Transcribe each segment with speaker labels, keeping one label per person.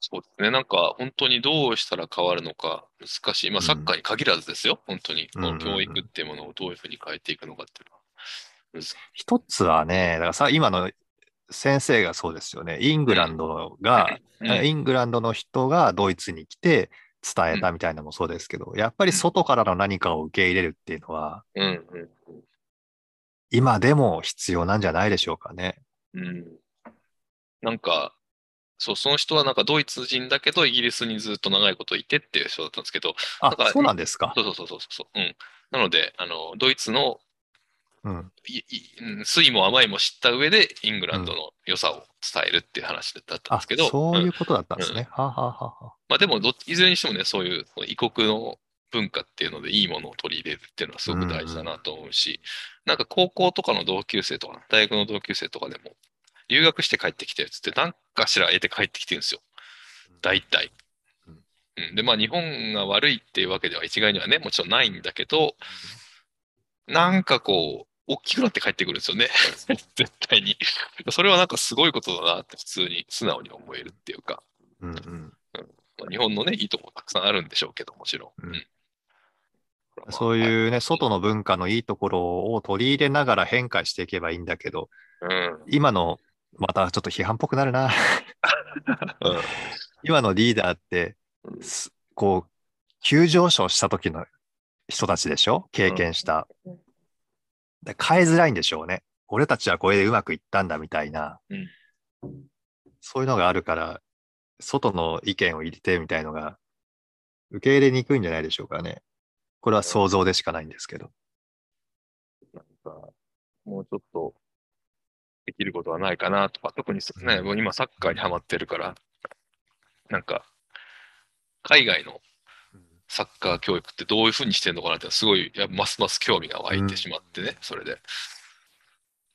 Speaker 1: そうですね。なんか、本当にどうしたら変わるのか難しい。ま
Speaker 2: う
Speaker 1: あ、
Speaker 2: ん
Speaker 1: サッカーに限らずですよ。本当に。こ
Speaker 2: うんうんう
Speaker 1: の
Speaker 2: ん
Speaker 1: 教育っていうものをどういうふうに変えていくのかっていうのは。難しい
Speaker 2: 一つはね、だからさ、今の先生がそうですよね。イングランドが、
Speaker 1: うん
Speaker 2: イングランドの人がドイツに来て伝えたみたいなのもそうですけど、やっぱり外からの何かを受け入れるっていうのは、
Speaker 1: うんうん
Speaker 2: 今でも必要なんじゃないでしょうかね。
Speaker 1: うん、なんか、そう、その人はなんかドイツ人だけど、イギリスにずっと長いこといてっていう人だったんですけど、
Speaker 2: あ
Speaker 1: だから、
Speaker 2: そうなんですか
Speaker 1: そ。うそうそうそうそう、うん。なので、あの、ドイツの
Speaker 2: うん。
Speaker 1: いいうん酸いも甘いも知った上で、イングランドの良さを伝えるっていう話だったん
Speaker 2: あ
Speaker 1: ですけど、
Speaker 2: そう
Speaker 1: うん
Speaker 2: いうことだったんですね。はあはあはあはあ
Speaker 1: まあでもど、いずれにしてもね、そういうその異国の文化っていうので、いいものを取り入れるっていうのはすごく大事だなと思うし、なんか高校とかの同級生とか、大学の同級生とかでも、留学して帰ってきてるっつって、なんかしら得て帰ってきてるんですよ。大体
Speaker 2: うん。
Speaker 1: うん、で、まあ、日本が悪いっていうわけでは一概にはね、もちろんないんだけど、なんかこう、大きくなって帰ってくるんですよね。 絶対に。それはなんかすごいことだなって普通に素直に思えるっていうか、
Speaker 2: うんうん。
Speaker 1: まあ日本のね、いいとこたくさんあるんでしょうけど、もちろん。
Speaker 2: うん
Speaker 1: うん
Speaker 2: そ
Speaker 1: う。
Speaker 2: ういうね、外の文化のいいところを取り入れながら変化していけばいいんだけど、
Speaker 1: うん。
Speaker 2: 今の、またちょっと批判っぽくなるな。
Speaker 1: うん
Speaker 2: 今のリーダーって、
Speaker 1: うん
Speaker 2: すこう、急上昇した時の人たちでしょ経験した。で変えづらいんでしょうね。俺たちはこれでうまくいったんだみたいな。
Speaker 1: うん
Speaker 2: そういうのがあるから、外の意見を入れてみたいのが、受け入れにくいんじゃないでしょうかね。これは想像でしかないんですけど。
Speaker 1: なんかもうちょっとできることはないかなとか、特にそね、
Speaker 2: うん
Speaker 1: もう今サッカーにハマってるから、なんか、海外のサッカー教育ってどういうふうにしてるのかなって、すごい、いやますます興味が湧いてしまってね、それで。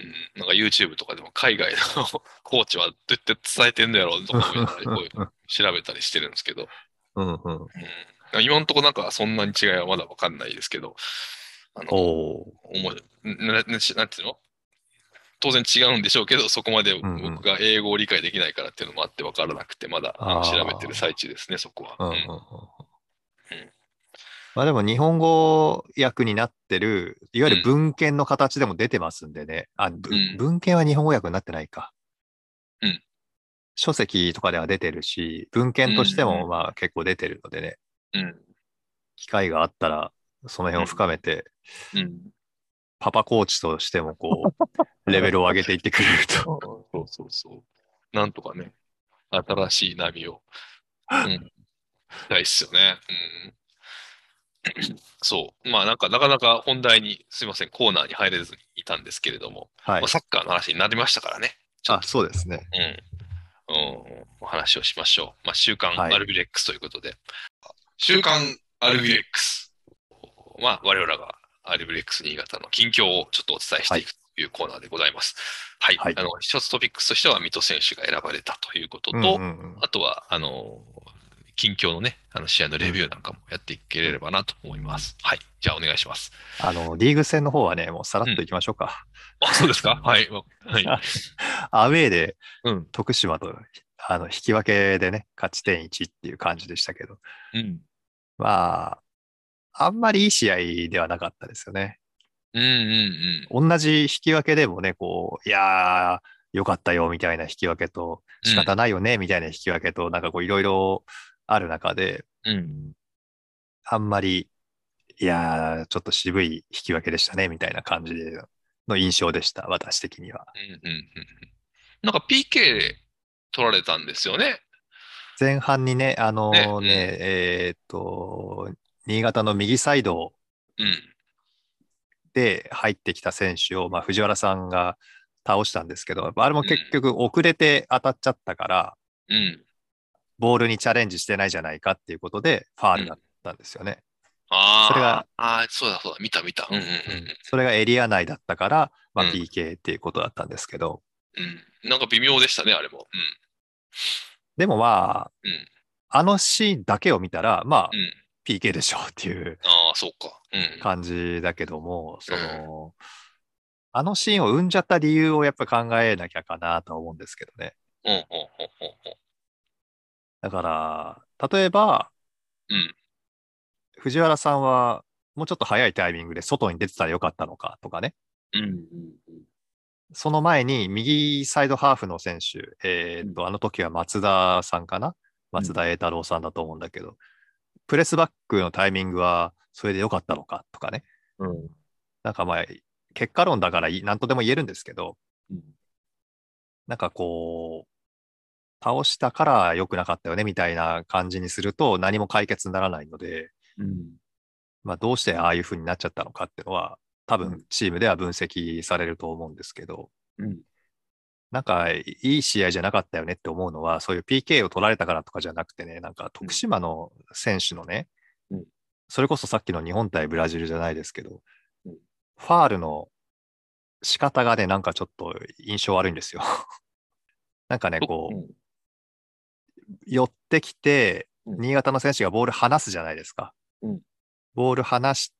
Speaker 1: うん、なんか YouTube とかでも海外のコーチはどうやって伝えてんだやろうとか思いながらこう調べたりしてるんですけど、
Speaker 2: うんうん。
Speaker 1: うん、今のところなんかそんなに違いはまだわかんないですけど、あの、
Speaker 2: おー
Speaker 1: 思う、な、ななんていうの当然違うんでしょうけど、そこまで
Speaker 2: んうん
Speaker 1: 僕が英語を理解できないからっていうのもあって分からなくて、まだ
Speaker 2: あー
Speaker 1: 調べてる最中ですね、そこは。
Speaker 2: うんうん
Speaker 1: う
Speaker 2: うん
Speaker 1: ん
Speaker 2: まあでも日本語訳になってる、いわゆる文献の形でも出てますんでね。あ、ぶ
Speaker 1: うん
Speaker 2: 文献は日本語訳になってないか。
Speaker 1: うん
Speaker 2: 書籍とかでは出てるし、文献として
Speaker 1: うんう
Speaker 2: も
Speaker 1: ん
Speaker 2: まあ結構出てるのでね、
Speaker 1: うん。
Speaker 2: 機会があったらその辺を深めて、
Speaker 1: うん。
Speaker 2: パパコーチとしてもこ う、レベルを上げていってくれると。
Speaker 1: そうそうそう。なんとかね、新しい波を。うん。ないっすよね。うん。 そう。まあなんか、なかなか本題に、すいません、コーナーに入れずにいたんですけれども、
Speaker 2: はい
Speaker 1: まあ、。サッカーの話になりましたからね。ちょっ
Speaker 2: あ、
Speaker 1: と
Speaker 2: そうですね。
Speaker 1: うん、うん、お話をしましょう。まあ、週刊
Speaker 2: はい
Speaker 1: アルビレックスということで。週刊アルビレックス。まあ、我々がアルビレックス新潟の近況をちょっとお伝えしていくというコーナーでございます。はい。
Speaker 2: はい
Speaker 1: あの、一つトピックスとしては、水戸選手が選ばれたということと、
Speaker 2: うんうんうん
Speaker 1: あとは、あの、近況のね、あの試合のレビューなんかもやっていければなと思います。はい。じゃあ、お願いします。
Speaker 2: あの、リーグ戦の方はね、もうさらっといきましょうか。
Speaker 1: あ、そうですかはい。わはい。
Speaker 2: アウェーで
Speaker 1: うん。
Speaker 2: 徳島とあの引き分けでね、勝ち点1っていう感じでしたけど、
Speaker 1: うん。
Speaker 2: まあ、あんまりいい試合ではなかったですよね。
Speaker 1: うんうんうん。
Speaker 2: 同じ引き分けでもね、こう、いやー、よかったよみたいな引き分けと、仕方ないよねみたいな引き分けと、なんかこう、いろいろある中で、
Speaker 1: うん。
Speaker 2: あんまり、いやー、ちょっと渋い引き分けでしたねみたいな感じでの印象でした、私的には。
Speaker 1: うんうんうんうんなんか PK で取られたんですよね。
Speaker 2: 前半にね、あの
Speaker 1: ね
Speaker 2: ーね、
Speaker 1: ね
Speaker 2: えーっと、新潟の右サイドを
Speaker 1: うん。
Speaker 2: で入ってきた選手を、まあ、藤原さんが倒したんですけど、あれも結局遅れて当たっちゃったから、
Speaker 1: うん。
Speaker 2: ボールにチャレンジしてないじゃないかっていうことで、ファールだったんですよね。
Speaker 1: ああ。
Speaker 2: それが
Speaker 1: ああ、そうだそうだ。見た見た。うんうんうん
Speaker 2: それがエリア内だったから、まあ、
Speaker 1: うん
Speaker 2: PK っていうことだったんですけど、
Speaker 1: うん。なんか微妙でしたね、あれも。
Speaker 2: でもまあ、
Speaker 1: うん
Speaker 2: あのシーンだけを見たら、まあ
Speaker 1: うん。、うん。
Speaker 2: PK でしょうっていう
Speaker 1: ああ、そうか。うん。
Speaker 2: 感じだけども、その、あのシーンを生んじゃった理由をやっぱ考えなきゃかなとは思うんですけどね。
Speaker 1: うんうんうんうんうん。
Speaker 2: だから、例えば、
Speaker 1: うん
Speaker 2: 藤原さんは、もうちょっと早いタイミングで外に出てたらよかったのかとかね。
Speaker 1: うん
Speaker 2: その前に右サイドハーフの選手、えーっと、あの時は松田さんかな松田栄太郎さんだと思うんだけど、プレスバックのタイミングはそれでよかったのかとかね。
Speaker 1: うんうん
Speaker 2: なんかまあ、結果論だからい何とでも言えるんですけど、
Speaker 1: うん
Speaker 2: なんかこう、倒したから良くなかったよねみたいな感じにすると何も解決にならないので、
Speaker 1: うん
Speaker 2: まあ、どうしてああいう風になっちゃったのかっていうのは、多
Speaker 1: う
Speaker 2: 分
Speaker 1: ん
Speaker 2: チームでは分析されると思うんですけど、
Speaker 1: うん
Speaker 2: なんかいい試合じゃなかったよねって思うのは、そういう PK を取られたからとかじゃなくてね、なんか徳島の選手のね、
Speaker 1: うん
Speaker 2: それこそさっきの日本対ブラジルじゃないですけど、
Speaker 1: うん
Speaker 2: ファールの仕方がね、なんかちょっと印象悪いんですよ。 なんかね、こう、寄ってきて、
Speaker 1: うん
Speaker 2: 新潟の選手がボール離すじゃないですか。
Speaker 1: うん
Speaker 2: ボール離し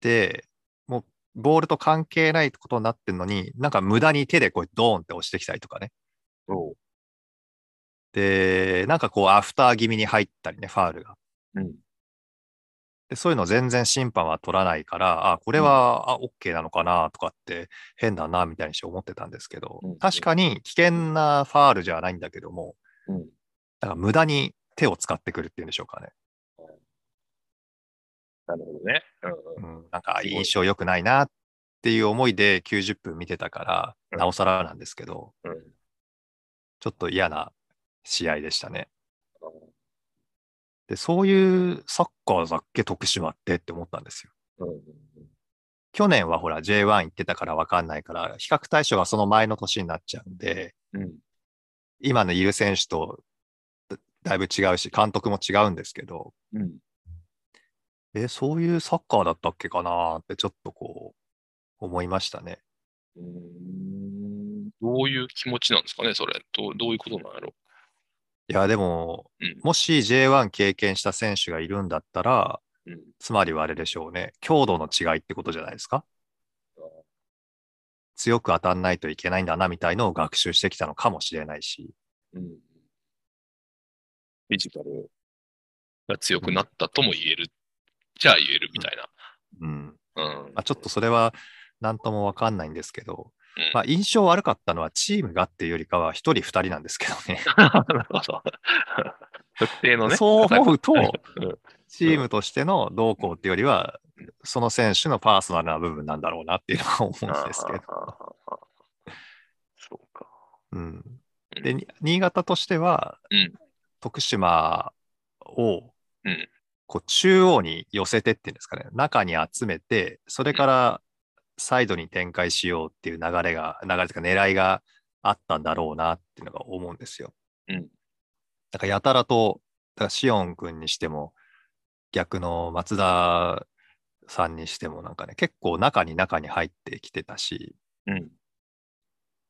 Speaker 2: て、もうボールと関係ないことになってるのに、なんか無駄に手でこうドーンって押してきたりとかね。
Speaker 1: そ
Speaker 2: で、なんかこうアフター気味に入ったりね、ファールが。
Speaker 1: う。うん。
Speaker 2: で、そういうの全然審判は取らないから、あ、これは、あ、OK なのかなとかって変だな、みたいにして思ってたんですけど
Speaker 1: う、ん
Speaker 2: 確かに危険なファールじゃないんだけども、
Speaker 1: うん。
Speaker 2: なんか無駄に手を使ってくるっていうんでしょうかね。
Speaker 1: なるほどね。うん
Speaker 2: うんなんか
Speaker 1: すごい
Speaker 2: 印象良くないなっていう思いで90分見てたか
Speaker 1: う
Speaker 2: ら、
Speaker 1: ん
Speaker 2: なおさらなんですけど、
Speaker 1: うん。
Speaker 2: ちょっと嫌な試合でしたね。
Speaker 1: うん
Speaker 2: で、そういうサッカーだっけ、徳島ってって思ったんですよ。
Speaker 1: うん
Speaker 2: 去年はほら J1 行ってたから分かんないから、比較対象がその前の年になっちゃうんで、
Speaker 1: うん。
Speaker 2: 今のいる選手とだだいぶ違うし、監督も違うんですけど、
Speaker 1: うん。
Speaker 2: え、そういうサッカーだったっけかなってちょっとこう、思いましたね。
Speaker 1: うん。どういう気持ちなんですかね、それ。どうどういうことなんやろ
Speaker 2: いや、でも、
Speaker 1: うん
Speaker 2: もし J1 経験した選手がいるんだったら、
Speaker 1: う。うん。
Speaker 2: つまりはあれでしょうね、強度の違いってことじゃないですか。
Speaker 1: あー
Speaker 2: 強く当たんないといけないんだなみたいのを学習してきたのかもしれないし、
Speaker 1: うん。フィジカルが強くなったとも言える。じゃあ言えるみたい
Speaker 2: うん
Speaker 1: な。うん。
Speaker 2: まあ、ちょっとそれは何ともわかんないんですけど、
Speaker 1: うん
Speaker 2: まあ、印象悪かったのはチームがっていうよりかは、1人、2人なんですけどね。
Speaker 1: なるほど。特定のね。
Speaker 2: そう思うと、
Speaker 1: うん
Speaker 2: チームとしてのどうこうっていうよりは
Speaker 1: うん、
Speaker 2: その選手のパーソナルな部分なんだろうなっていうのは思うんですけど。
Speaker 1: あーあーあーそうか。
Speaker 2: うん
Speaker 1: うん
Speaker 2: で、に新潟としては、
Speaker 1: うん
Speaker 2: 徳島を、
Speaker 1: うん
Speaker 2: こう中央に寄せてっていうんですかね、中に集めて、それからサイドに展開しようっていう流れが、流れというか狙いがあったんだろうなっていうのが思うんですよ。
Speaker 1: うん
Speaker 2: だからやたらと、だからシオン君にしても、逆の松田さんにしてもなんかね、結構中に中に入ってきてたし、
Speaker 1: うん。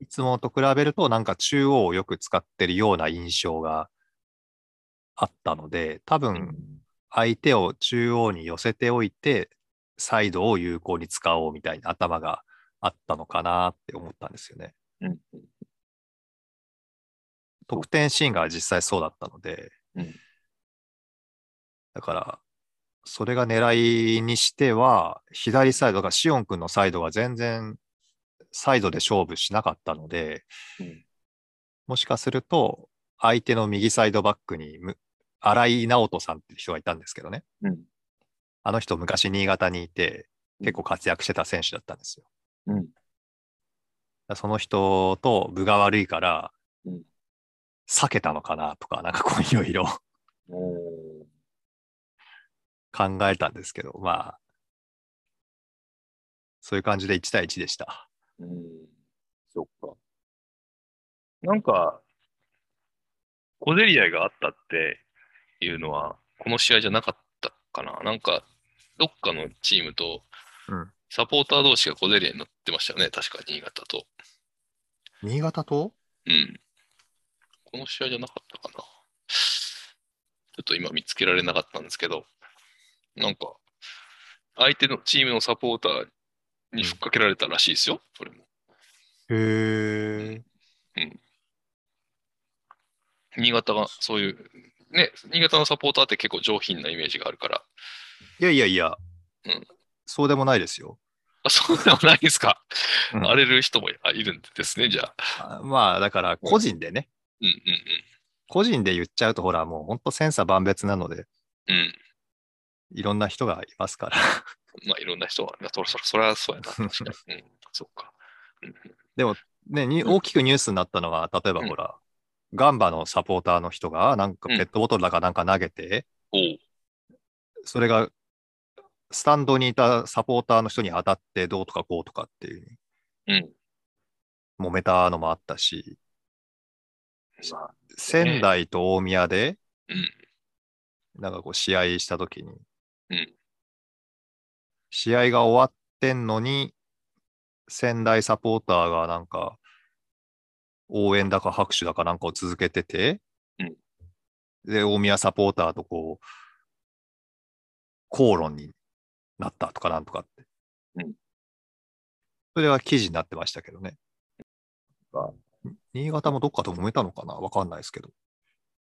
Speaker 2: いつもと比べると、なんか中央をよく使ってるような印象があったので、多
Speaker 1: う
Speaker 2: 分相手を中央に寄せておいて、サイドを有効に使おうみたいな頭があったのかなって思ったんですよね。
Speaker 1: うん。
Speaker 2: 得点シーンが実際そうだったので、
Speaker 1: うん
Speaker 2: だから、それが狙いにしては、左サイドが、シオン君のサイドが全然サイドで勝負しなかったので、
Speaker 1: うん
Speaker 2: もしかすると、相手の右サイドバックにむ、荒井直人さんっていう人がいたんですけどね。
Speaker 1: うん。
Speaker 2: あの人、昔新潟にいて、結構活躍してた選手だったんですよ。
Speaker 1: うん
Speaker 2: だからその人と分が悪いから
Speaker 1: うん、
Speaker 2: 避けたのかなとか、なんかこういろいろ
Speaker 1: おー
Speaker 2: 考えたんですけど、まあ、そういう感じで1対1でした。
Speaker 1: うん。そっか。なんか、小競り合いがあったっていうのは、この試合じゃなかったかな。なんか、どっかのチームと
Speaker 2: うん、
Speaker 1: サポーター同士が小競り合いになってましたよね。確か、新潟と。
Speaker 2: 新潟と
Speaker 1: うん。この試合じゃなかったかな。ちょっと今見つけられなかったんですけど、なんか、相手のチームのサポーターにふっかけられたらしいですよ、それも。
Speaker 2: へえ。
Speaker 1: 新潟がそういうね、新潟のサポーターって結構上品なイメージがあるから。
Speaker 2: いやいやいや、
Speaker 1: うん
Speaker 2: そうでもないですよ。
Speaker 1: あ、そうでもないですか。
Speaker 2: うん
Speaker 1: 荒れる人もあいるんですね、じゃあ。
Speaker 2: あまあ、だから個人でね、
Speaker 1: うんうん
Speaker 2: 個人で言っちゃうと、ほら、もう本当、千差万別なので、
Speaker 1: うん。うん。
Speaker 2: いろんな人がいますから。
Speaker 1: まあ、いろんな人は、まあそらそら、そらそうやな。確かに。うん、そうか。うん
Speaker 2: ね、に
Speaker 1: うん
Speaker 2: 大きくニュースになったのが、例えば
Speaker 1: うん
Speaker 2: ほら、ガンバのサポーターの人が、なんか
Speaker 1: うん
Speaker 2: ペットボトルだかなんか投げて、
Speaker 1: おう。
Speaker 2: それがスタンドにいたサポーターの人に当たって、どうとかこうとかっていう風
Speaker 1: うん。
Speaker 2: に揉めたのもあったし、
Speaker 1: まあ、
Speaker 2: 仙台と大宮で、
Speaker 1: うん。
Speaker 2: なんかこう、試合したときに、
Speaker 1: うん
Speaker 2: 試合が終わってんのに、仙台サポーターがなんか、応援だか拍手だかなんかを続けてて、
Speaker 1: うん
Speaker 2: で、大宮サポーターとこう、口論になったとかなんとかって。
Speaker 1: うん
Speaker 2: それは記事になってましたけどね。新潟もどっかと揉めたのかなわかんないですけど。